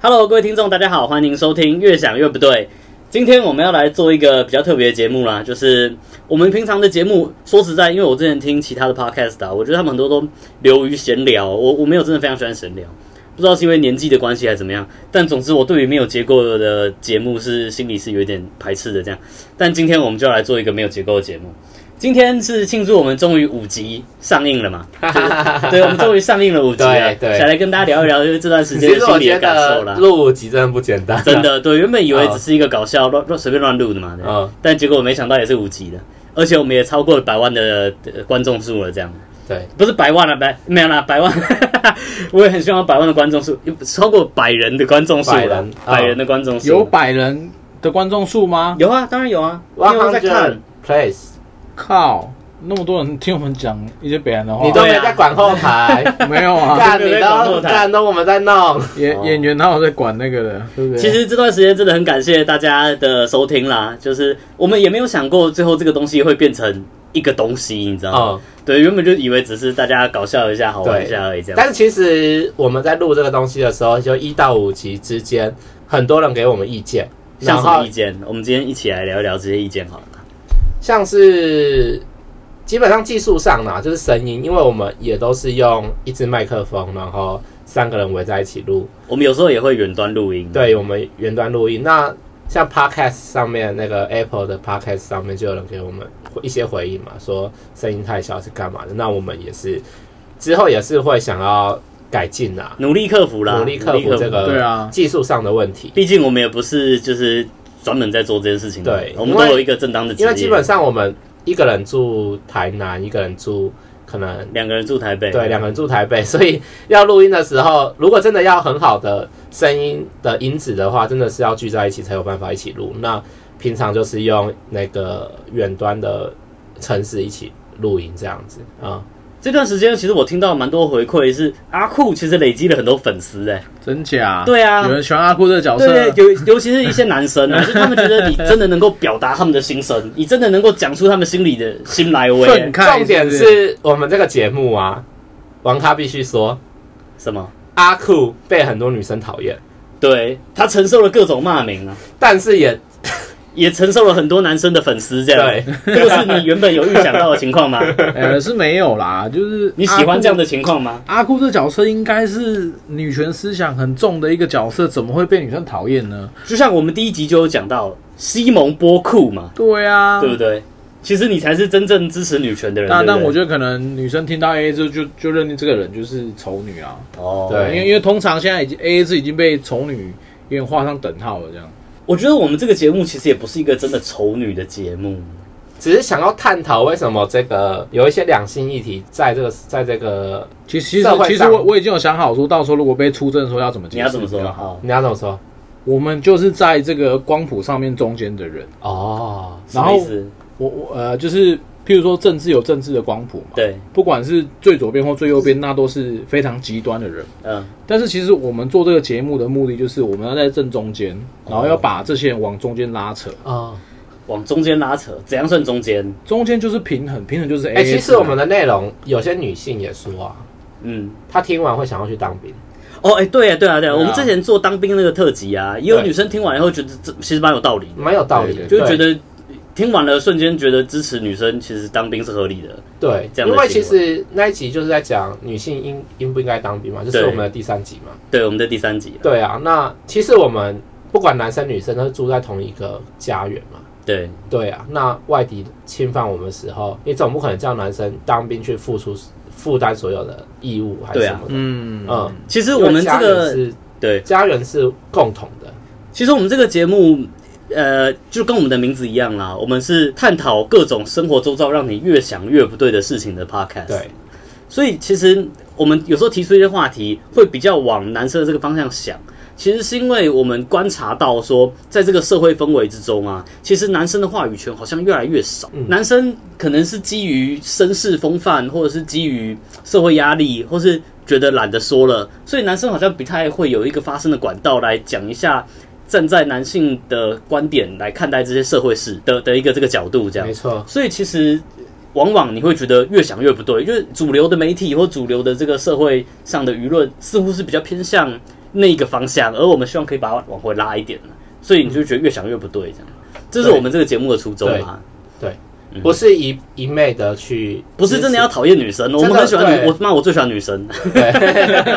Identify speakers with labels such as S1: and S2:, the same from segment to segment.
S1: Hello，各位听众，大家好，欢迎您收听《越想越不对》。今天我们要来做一个比较特别的节目啦，就是我们平常的节目，说实在，因为我之前听其他的 podcast 啊，我觉得他们很多都流于闲聊，我我没有真的非常喜欢闲聊，不知道是因为年纪的关系还是怎么样，但总之我对于没有结构的节目是心里是有一点排斥的这样。但今天我们就要来做一个没有结构的节目，今天是庆祝我们终于五集上映了嘛，对对，我们终于上映了五集了，
S2: 对对
S1: 想来跟大家聊一聊就是这段时
S2: 其
S1: 间
S2: 实
S1: 的
S2: 我
S1: 心理
S2: 觉
S1: 的感受
S2: 得
S1: 啦。
S2: 录五集真的不简 单，啊
S1: 真。的， 哦对，原本以为只是一个搞笑乱乱随便乱录的嘛，对
S2: 嗯
S1: 但结果没想到也是五级的，而且我们也超过百万的呃观众数了，这样
S2: 对，
S1: 不是百万了、啊百没有啦，百万， 我也很希望百万的观众数，超过百人的观众数啦
S2: 百人
S1: 百人的哦观众数
S3: 有百人的观众数吗？
S1: 有啊，当然有啊，因为我在看，
S2: place，
S3: 靠，那么多人听我们讲一些北韩的
S1: 哦
S3: 话，
S2: 你都没有在管后台，
S3: 没有 啊？
S2: 干
S1: 没有
S2: 你
S1: 在管后
S2: 都
S1: 台哦
S2: 干都我们在弄，
S3: 演演员哪有在管那个的，对不对？
S1: 其实这段时间真的很感谢大家的收听啦，就是我们也没有想过最后这个东西会变成一个东西，你知道吗？
S2: 嗯，
S1: 对，原本就以为只是大家搞笑一下、好玩一下而已，这样。
S2: 但是其实我们在录这个东西的时候，就一到五集之间，很多人给我们意见，
S1: 像
S2: 然
S1: 什么
S2: 后
S1: 意见？我们今天一起来聊一聊这些意见好了。
S2: 像是基本上技术上呢，就是声音，因为我们也都是用一支麦克风，然后三个人围在一起录，
S1: 我们有时候也会远端录音，，啊
S2: 对我们远端录音。那像 Podcast 上面那个 Apple 的 Podcast 上面就有人给我们一些回应嘛，说声音太小是干嘛的？那我们也是之后也是会想要改进啦，
S1: 努力克服啦，
S2: 努力克服这
S3: 对
S2: 个
S3: 啊
S2: 技术上的问题。
S1: 毕竟我们也不是就是专门在做这件事情的，
S2: 对
S1: 我们
S2: 因
S1: 都
S2: 为
S1: 有一个正当的职
S2: 因
S1: 业，
S2: 为基本上我们一个人住台南，一个人住可能
S1: 两个人住台北，
S2: 对，两个人住台北， 所以要录音的时候，如果真的要很好的声音的音质的话，真的是要聚在一起才有办法一起录。那平常就是用那个远端的城市一起录音这样子啊、
S1: 这段时间其实我听到蛮多回馈是阿酷其实累积了很多粉丝哎、
S3: 真假？
S1: 对啊
S3: 有人喜欢阿酷这个角
S1: 对
S3: 色，，
S1: 尤尤其是一些男生 啊，就他们觉得你真的能够表达他们的心声，你真的能够讲出他们心里的心来欸我也
S3: 愤慨
S2: 重点
S3: 是不是
S2: 是我们这个节目啊，王咖必须说
S1: 什么？
S2: 阿酷被很多女生讨厌，
S1: 对他承受了各种骂名啊，
S2: 但是也
S1: 也承受了很多男生的粉丝，这样
S2: 对，
S1: 这个是你原本有预想到的情 况吗？
S3: 呃，是没有啦，就是
S1: 你喜欢这样的
S3: 的。
S1: 情况吗？
S3: 阿酷这角色应该是女权思想很重的一个角色，怎么会被女生讨厌呢？
S1: 就像我们第一集就有讲到西蒙波库嘛，
S3: 对啊，
S1: 对不对？其实你才是真正支持女权的人。
S3: 那
S1: 对不
S3: 但
S1: 对
S3: 我觉得可能女生听到 A A 之后就就认定这个人就是丑女啊。
S1: 哦，
S2: 对
S3: 因为因为通常现在已经 A A 制已经被丑女有点画上等号了，这样。
S1: 我觉得我们这个节目其实也不是一个真的丑女的节目，
S2: 只是想要探讨为什么这个有一些两性议题在这个在这个
S3: 其实其实
S2: 社会
S3: 其实
S2: 上
S3: 我我已经有想好说，到时候如果被出征的时候要怎么解释。
S1: 你要怎么说
S3: 比较好？
S1: 啊？
S2: 你要怎么说
S3: 我们就是在这个光谱上面中间的人。
S2: 哦。
S1: 什
S3: 然
S1: 么
S3: 后
S1: 意思？
S3: 我我呃，就是譬如说政治有政治的光谱嘛，
S1: 对，
S3: 不管是最左边或最右边，那都是非常极端的人。
S1: 嗯，
S3: 但是其实我们做这个节目的目的就是我们要在正中间，然后要把这些人往中间拉扯，
S2: 哦，
S1: 往中间拉扯，怎样算中间？
S3: 中间就是平衡，平衡就是 A。啊
S2: 哎、其实我们的内容有些女性也说啊，
S1: 嗯，
S2: 她听完会想要去当兵。
S1: 哦，哎，对啊，对啊，对
S3: 对
S1: 啊，
S3: 啊
S1: 我们之前做当兵那个特辑啊，也有
S2: 对
S1: 女生听完以后觉得这其实蛮有道理的。
S2: 蛮有道理的，
S3: 对
S1: 就觉
S2: 对
S1: 得听完了瞬间觉得支持女生其实当兵是合理的。
S2: 对，
S1: 这样的
S2: 因为
S1: 行
S2: 其
S1: 为
S2: 实那一集就是在讲女性应应不应该当兵嘛，就是
S1: 对
S2: 我们的第三集嘛。
S1: 对，我们的第三集了。
S2: 对啊，那其实我们不管男生女生都是住在同一个家园嘛。
S1: 对
S2: 对啊，那外敌侵犯我们的时候，你总不可能叫男生当兵去付出负担所有的义务还是
S1: 对
S2: 什
S1: 啊
S2: 么的。
S3: 嗯
S2: 嗯，
S1: 其实
S2: 因
S1: 我
S2: 为
S1: 们这
S2: 家人
S1: 个
S2: 是
S1: 对，
S2: 家人是共同的，
S1: 其实我们这个节目。呃，就跟我们的名字一样啦，我们是探讨各种生活周遭让你越想越不对的事情的 podcast。
S2: 对，
S1: 所以其实我们有时候提出一些话题，会比较往男生的这个方向想。其实是因为我们观察到说，在这个社会氛围之中啊，其实男生的话语权好像越来越少。
S2: 嗯
S1: 男生可能是基于绅士风范，或者是基于社会压力，或是觉得懒得说了，所以男生好像不太会有一个发声的管道来讲一下，站在男性的观点来看待这些社会事的的一个这个角度这样
S2: 没。错，
S1: 所以其实呃往往你会觉得越想越不对，就是主流的媒体或主流的这个社会上的舆论似乎是比较偏向那一个方向，而我们希望可以把它往回拉一点，所以你就觉得越想越不对，这样，这是我们这个节目的初衷啊，
S2: 对，不是一一昧的去，
S1: 不是真的要讨厌女生，哦我
S2: 的
S1: 们很喜欢女，
S2: 对
S1: 我妈我最喜欢女 生，
S2: 对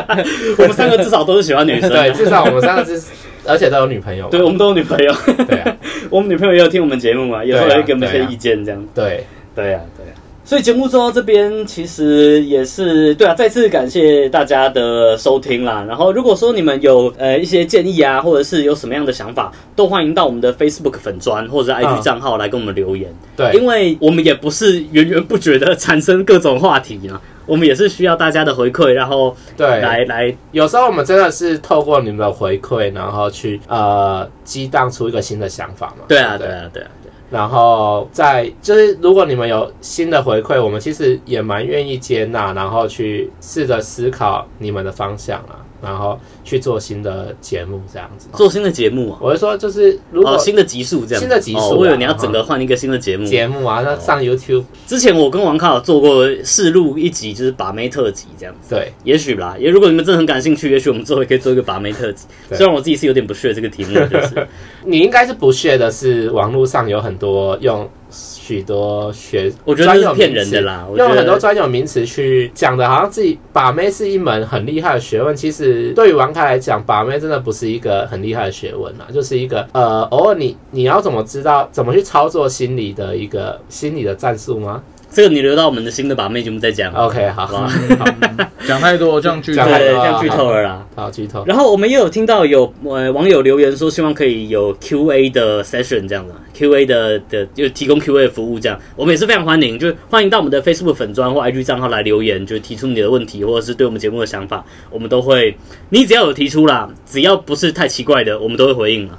S1: 我们三个至少都是喜欢女生的，
S2: 对，至少我们三个是，而且都有女朋友嘛，
S1: 对，我们都有女朋友，
S2: 对啊，
S1: 我们女朋友也有听我们节目嘛，有时候也会给我们一
S2: 对
S1: 些
S2: 啊
S1: 意见，这样，
S2: 对，
S1: 对呀、对呀、啊所以节目做到这边，其实也是对啊，再次感谢大家的收听啦。然后如果说你们有呃一些建议啊，或者是有什么样的想法，都欢迎到我们的 Facebook 粉砖或者是 IG
S2: 嗯
S1: 账号来跟我们留言。
S2: 对
S1: 因为我们也不是源源不绝的产生各种话题啊，我们也是需要大家的回馈，然后
S2: 对，
S1: 来来
S2: 有时候我们真的是透过你们的回馈，然后去呃激荡出一个新的想法嘛。
S1: 对啊
S2: 不
S1: 对啊对啊对啊，
S2: 然后再就是，如果你们有新的回馈，我们其实也蛮愿意接纳，然后去试着思考你们的方向啊，然后去做新的节目这样子。
S1: 做新的节目啊，
S2: 我是说，就是如果
S1: 哦新的集数这样，
S2: 新的集数啊
S1: 哦，我以为你要整个换一个新的节目，
S2: 节目啊，那
S1: 哦
S2: 上 YouTube
S1: 之前我跟王卡有做过试录一集，就是把妹特辑这样子。
S2: 对
S1: 也许啦，也如果你们真的很感兴趣，也许我们之后也可以做一个把妹特辑。
S2: 对
S1: 虽然我自己是有点不屑这个题目， 就是
S2: 你应该是不屑的是，网络上有很多用许多学，
S1: 我觉得那
S2: 专
S1: 是
S2: 有
S1: 骗
S2: 名
S1: 人
S2: 词
S1: 的啦。我觉
S2: 用
S1: 得
S2: 很多专有名词去讲的，好像自己把妹是一门很厉害的学问。其实对于王凯来讲，把妹真的不是一个很厉害的学问啦，就是一个呃，偶尔你你要怎么知道怎么去操作心理的一个心理的战术吗
S1: 这个你留到我们的新的把妹节目再讲。
S2: ？OK，好，
S1: 好
S2: 好，
S3: 讲太多这样剧透
S2: 讲
S1: 对，
S2: 太
S1: 这
S2: 多了
S1: 样剧透了啦。
S2: 好，剧透。
S1: 然后我们也有听到有呃网友留言说，希望可以有 Q A 的 session 这样的 Q A 的的就提供 Q A 的服务这样，我们也是非常欢迎，就是欢迎到我们的 Facebook 粉砖或 IG 账号来留言，就提出你的问题或者是对我们节目的想法，我们都会，你只要有提出啦，只要不是太奇怪的，我们都会回应啦。
S2: 嗯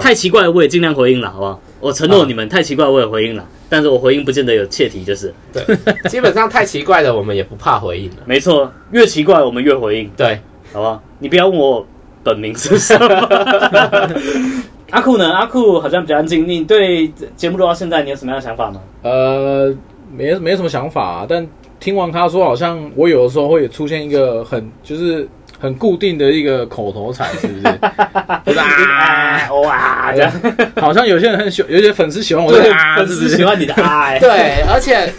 S1: 太奇怪的我也尽量回应啦，好不好？我承诺你们，太奇怪我也回应啦，但是我回应不见得有切题，就是
S2: 对，基本上太奇怪的我们也不怕回应了。
S1: 没错，越奇怪我们越回应。
S2: 对，
S1: 好不好？你不要问我本名是什么。 阿酷呢？阿酷好像比较安静。你对节目录到现在，你有什么样的想法吗？
S3: 呃，没没什么想法、但听完他说，好像我有的时候会出现一个很就是很固定的一个口头禅，是不是？ 就是啊，
S1: 啊哇，这样
S3: 好像有些人很喜，有些粉丝喜欢我
S1: 对
S3: 的啊，
S1: 粉
S3: 是不
S1: 丝
S3: 是
S1: 喜欢你的爱。
S2: 对，而且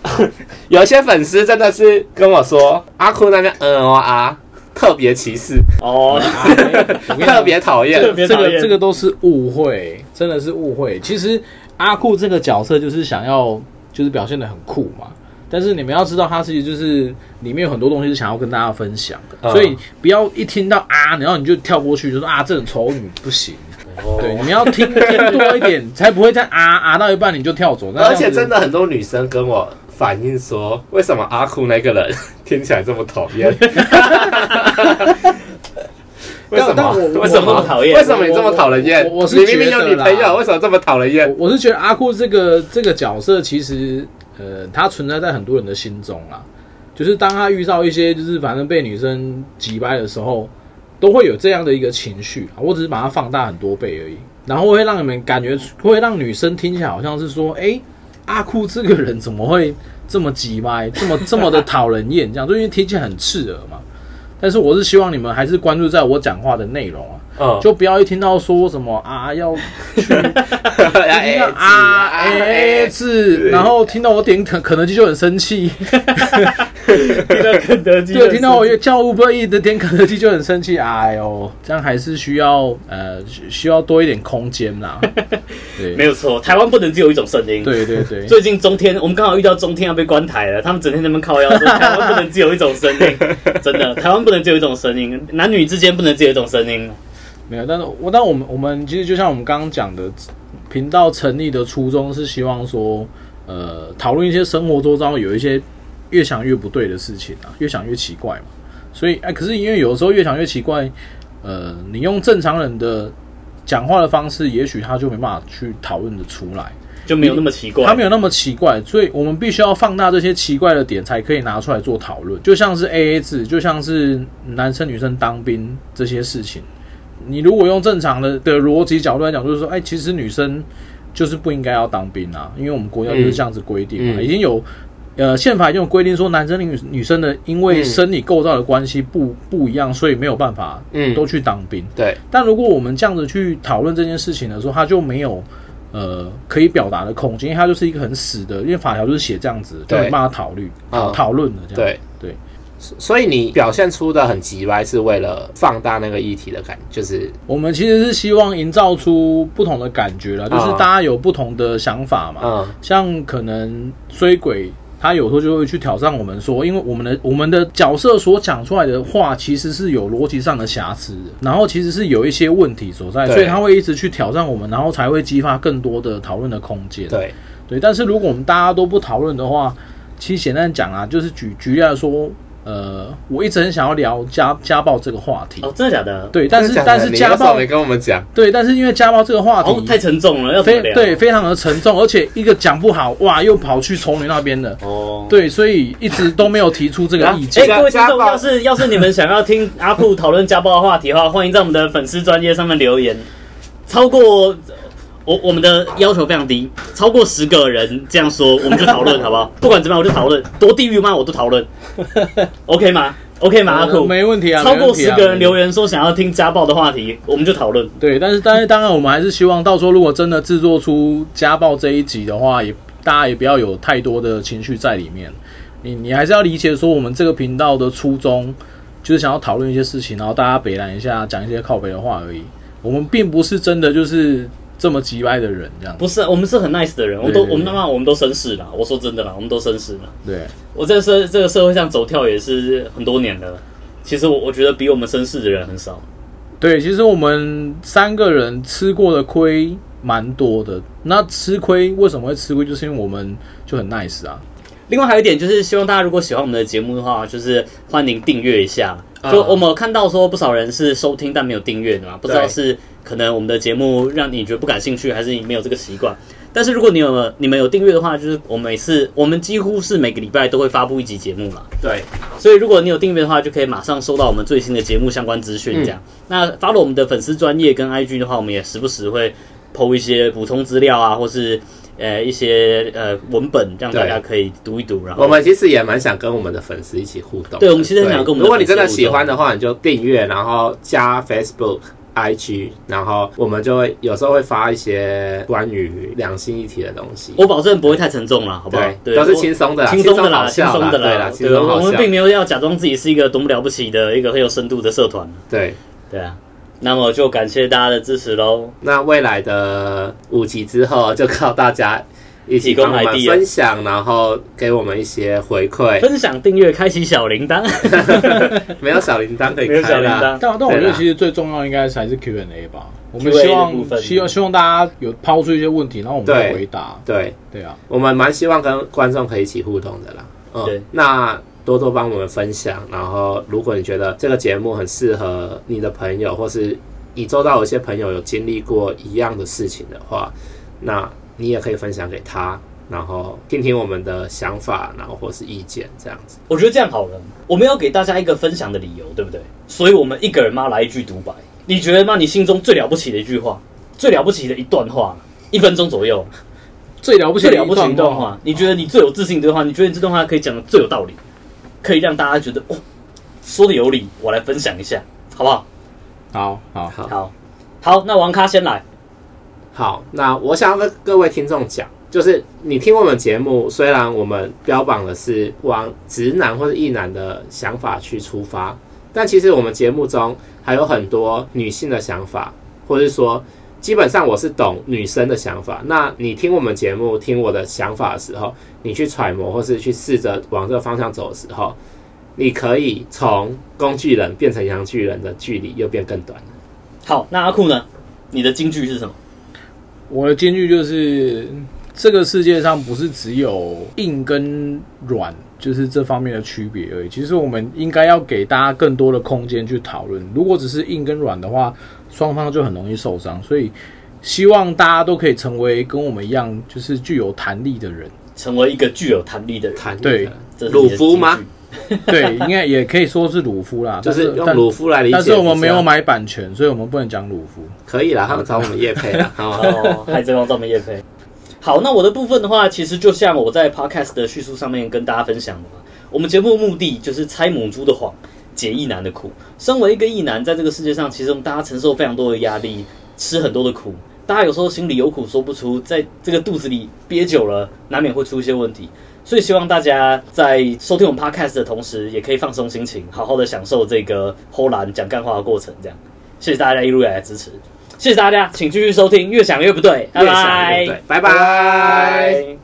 S2: 有一些粉丝真的是跟我说，阿酷那边嗯哦啊，特别歧视，
S1: 哦，
S3: 啊我跟你讲
S2: 特别讨厌
S1: 特。别
S3: 这
S1: 讨厌
S3: 个这个都是误会，真的是误会。其实阿酷这个角色就是想要就是表现的很酷嘛，但是你们要知道，他其实就是里面有很多东西是想要跟大家分享的，
S2: 嗯
S3: 所以不要一听到啊，然后你就跳过去就说啊这很丑女不行。对，你们要听听多一点，才不会在啊啊到一半你就跳走。那
S2: 而
S3: 这
S2: 且
S3: 样子
S2: 真的很多女生跟我反映说，为什么阿酷那个人 听起来这么讨 厌？为什
S3: 但
S2: 么
S3: 我我？
S2: 为什
S1: 我
S2: 么
S1: 讨厌
S2: 为什么你这么讨人厌？
S3: 我我我是
S2: 你明明有
S3: 觉得
S2: 女朋
S3: 啦
S2: 友，为什么这么讨人厌？
S3: 我我是觉得阿酷这个这个角色，其实呃，他存在在很多人的心中啦。就是当他遇到一些就是反正被女生挤掰的时候，都会有这样的一个情绪啊。我只是把它放大很多倍而已，然后会让你们感觉，会让女生听起来好像是说，哎、阿酷这个人怎么会这么挤掰，这么这么的讨人厌，这样，就因为听起来很刺耳嘛。但是我是希望你们还是关注在我讲话的内容啊，
S2: 嗯，
S3: 就不要一听到说什么啊要
S2: 哎
S3: 啊哎字，然后听到我点肯肯德基就很生气，
S1: 听到肯德基的
S3: 对，听到我叫 Uber E 的点肯德基就很生气，哎呦，这样还是需要呃需需要多一点空间 啦，对，
S1: 没有错，台湾不能只有一种声音。。
S3: 对对对，
S1: 最近中天，我们刚好遇到中天要被关台了，他们整天在那边靠腰说台湾不能只有一种声 音，真的，台湾不能只有一种声音，男女之间不能只有一种声音。
S3: 没有，但是我但我们我们其实就像我们刚刚讲的，频道成立的初衷是希望说，呃，讨论一些生活周遭有一些越想越不对的事情啊，越想越奇怪嘛。所以，哎、可是因为有的时候越想越奇怪，呃，你用正常人的讲话的方式，也许他就没办法去讨论的出来，
S1: 就没有那么奇怪。
S3: 他没有那么奇怪，所以我们必须要放大这些奇怪的点，才可以拿出来做讨论。就像是 A A 制，就像是男生女生当兵这些事情，你如果用正常的的逻辑角度来讲，就是说，哎，其实女生就是不应该要当兵啊，因为我们国家就是这样子规定嘛，
S2: 嗯嗯
S3: 已经有呃，宪法用规定说，男生女女生的因为
S2: 嗯
S3: 生理构造的关系不不一样，所以没有办法
S2: 嗯
S3: 都去当兵。
S2: 对，
S3: 但如果我们这样子去讨论这件事情的时候，他就没有呃可以表达的空间，因为它就是一个很死的，因为法条就是写这样子，就
S2: 对
S3: 没办法讨论讨
S2: 嗯
S3: 讨论的这样。
S2: 对
S3: 对，
S2: 所以你表现出的很急歪，是为了放大那个议题的感觉，就是
S3: 我们其实是希望营造出不同的感觉啦，就是
S2: 嗯
S3: 大家有不同的想法嘛。
S2: 嗯
S3: 像可能追鬼，他有时候就会去挑战我们说，因为我们的我们的角色所讲出来的话，其实是有逻辑上的瑕疵的，然后其实是有一些问题所在，
S2: 对
S3: 所以他会一直去挑战我们，然后才会激发更多的讨论的空间。
S2: 对
S3: 对，但是如果我们大家都不讨论的话，其实简单讲啊，就是举举例来说，呃，我一直很想要聊家家暴这个话题，
S1: 哦，真的假的？，
S3: 对，但是
S2: 真的假的
S3: 但是
S2: 你
S3: 家
S2: 那时候
S3: 暴
S2: 没跟我们讲，
S3: 对，但是因为家暴这个话题、
S1: 哦，太沉重了，要怎么啊
S3: 非
S1: 聊？
S3: 对，非常的沉重，而且一个讲不好，哇，又跑去丑女那边了。
S1: 哦，。
S3: 对，所以一直都没有提出这个意
S1: 哎、
S3: 见。
S2: 家
S1: 各位听
S2: 家
S1: 众，
S2: 暴
S1: 要是要是你们想要 听阿布讨论家暴的话题的话，欢迎在我们的粉丝专业上面留言。超过我我们的要求非常低，超过十个人这样说，我们就讨论好不 好？不管怎么样，我就讨论，多地狱吗？我都讨 论，OK 吗？OK 吗？阿布，
S3: 没问题啊，
S1: 呃超
S3: 没
S1: 过
S3: 问题
S1: 十
S3: 啊
S1: 个人留。言说想要听家暴的话题，我们就讨论。
S3: 对，但是但是当然，我们还是希望到时候如果真的制作出家暴这一集的话，也大家也不要有太多的情绪在里面。你你还是要理解说，我们这个频道的初衷就是想要讨论一些事情，然后大家北兰一下，讲一些靠北的话而已。我们并不是真的就是这么急歪的人这样。
S1: 不是，我们是很 nice 的人，我们都
S3: 对对对
S1: 我们他妈我们都绅士啦。我说真的啦，我们都绅士啦。
S3: 对，
S1: 我在社这个社会上走跳也是很多年了，其实我我觉得比我们绅士的人很少。
S3: 对，其实我们三个人吃过的亏蛮多的。那吃亏为什么会吃亏？就是因为我们就很 nice 啊。
S1: 另外还有一点就是，希望大家如果喜欢我们的节目的话，就是欢迎订阅一下。
S2: 啊
S1: 就我们有看到说不少人是收听但没有订阅的嘛，不知道
S2: 对
S1: 是可能我们的节目让你觉得不感兴趣，还是你没有这个习惯。但是如果你有你们有订阅的话，就是我每次我们几乎是每个礼拜都会发布一集节目嘛，
S2: 对，
S1: 所以如果你有订阅的话，就可以马上收到我们最新的节目相关资
S2: 嗯
S1: 讯。这样，那发了我们的粉丝专业跟 IG 的话，我们也时不时会 PO 一些补充资料啊，或是呃一些呃文本，让大家可以读一读。然后
S2: 我们其实也蛮想跟我们的粉丝一起互动的。
S1: 对我们其实很想跟我们的
S2: 如果你真的
S1: 粉丝互动
S2: 喜欢的话，你就订阅，然后加 Facebook。IG，然后我们就会有时候会发一些关于两性议题的东西，
S1: 我保证不会太沉重了，哦好不好？
S2: 对，都是轻
S1: 松
S2: 松的啦，
S1: 轻松的啦，
S2: 好
S1: 轻
S2: 笑
S1: 松的
S2: 对啦，轻
S1: 对，
S2: 松
S1: 我
S2: 好
S1: 们
S2: 笑，
S1: 并没有要假装自己是一个多么了不起的一个很有深度的社团，
S2: 对。
S1: 对啊。那么就感谢大家的支持喽。
S2: 那未来的五集之后，就靠大家一起
S1: 提供
S2: 帮我们
S1: idea
S2: 分享，然后给我们一些回馈。
S1: 分享、订阅、开启小铃铛，
S2: 没有小铃铛可
S1: 没有
S2: 以
S1: 小
S2: 开
S1: 铃
S2: 啦
S1: 铛。
S3: 但但我
S2: 对
S3: 觉得
S2: 啦
S3: 其实最重要应该还是 Q&A 吧。我们
S1: Q&A
S3: 希
S1: 的部
S3: 望
S1: 分
S3: 希望希望大家有抛出一些问题，然后我们再
S2: 对
S3: 回答。
S2: 对，
S3: 对啊，
S2: 我们蛮希望跟观众可以一起互动的啦。
S1: 对
S2: 嗯，那多多帮我们分享，然后如果你觉得这个节目很适合你的朋友，或是你周到有些朋友有经历过一样的事情的话，那你也可以分享给他，然后听听我们的想法，然后或是意见这样子。
S1: 我觉得这样好了，我们要给大家一个分享的理由，对不对？所以我们一个人妈来一句独白，你觉得妈你心中最了不起的一句话，最了不起的一段话，一分钟左右，
S3: 最了不起
S1: 最
S3: 的
S1: 了不起的一段
S3: 话
S1: 话，，你觉得你最有自信的话，你觉得你这段话可以讲的最有道理，可以让大家觉得哦，说的有理，我来分享一下，好不好？
S3: 好好
S2: 好
S1: 好，好，那王咖先来，
S2: 好，那我想要跟各位听众讲，就是你听我们节目，虽然我们标榜的是往直男或者异男的想法去出发，但其实我们节目中还有很多女性的想法，或是说，基本上我是懂女生的想法。那你听我们节目，听我的想法的时候，你去揣摩或是去试着往这个方向走的时候，你可以从工具人变成洋巨人的距离又变更短。
S1: 好，那阿酷呢？你的金句是什么？
S3: 我的金句就是，这个世界上不是只有硬跟软，就是这方面的区别而已。其实我们应该要给大家更多的空间去讨论。如果只是硬跟软的话，双方就很容易受伤。所以，希望大家都可以成为跟我们一样，就是具有弹力的人。
S1: 成为一个具有弹力的人，
S2: 谈
S3: 对
S1: 这是你的
S2: 鲁夫吗
S1: 金句？？
S3: 对，应该也可以说是鲁夫啦，
S2: 就是
S3: 但
S2: 用鲁夫来理
S3: 但。
S2: 解。
S3: 但是我们没
S2: 不
S3: 有
S2: 啊，
S3: 买版权，所以我们不能讲鲁夫。
S2: 可以啦，他们找我们叶配啦。好，
S1: 哦，海贼王照明叶配。好，那我的部分的话，其实就像我在 podcast 的叙述上面跟大家分享的嘛，我们节目的目的就是猜母猪的谎，解异男的苦。身为一个异男，在这个世界上，其实我们大家承受非常多的压力，吃很多的苦。大家有时候心里有苦说不出，在这个肚子里憋久了，难免会出一些问题。所以希望大家在收听我们 podcast 的同时，也可以放松心情，好好的享受这个偷懒讲干话的过程。这样，谢谢大家一路以来的支持，谢谢大家，请继续收听，越想越不对，
S2: 越想越不对
S1: 拜
S2: 拜拜
S1: 拜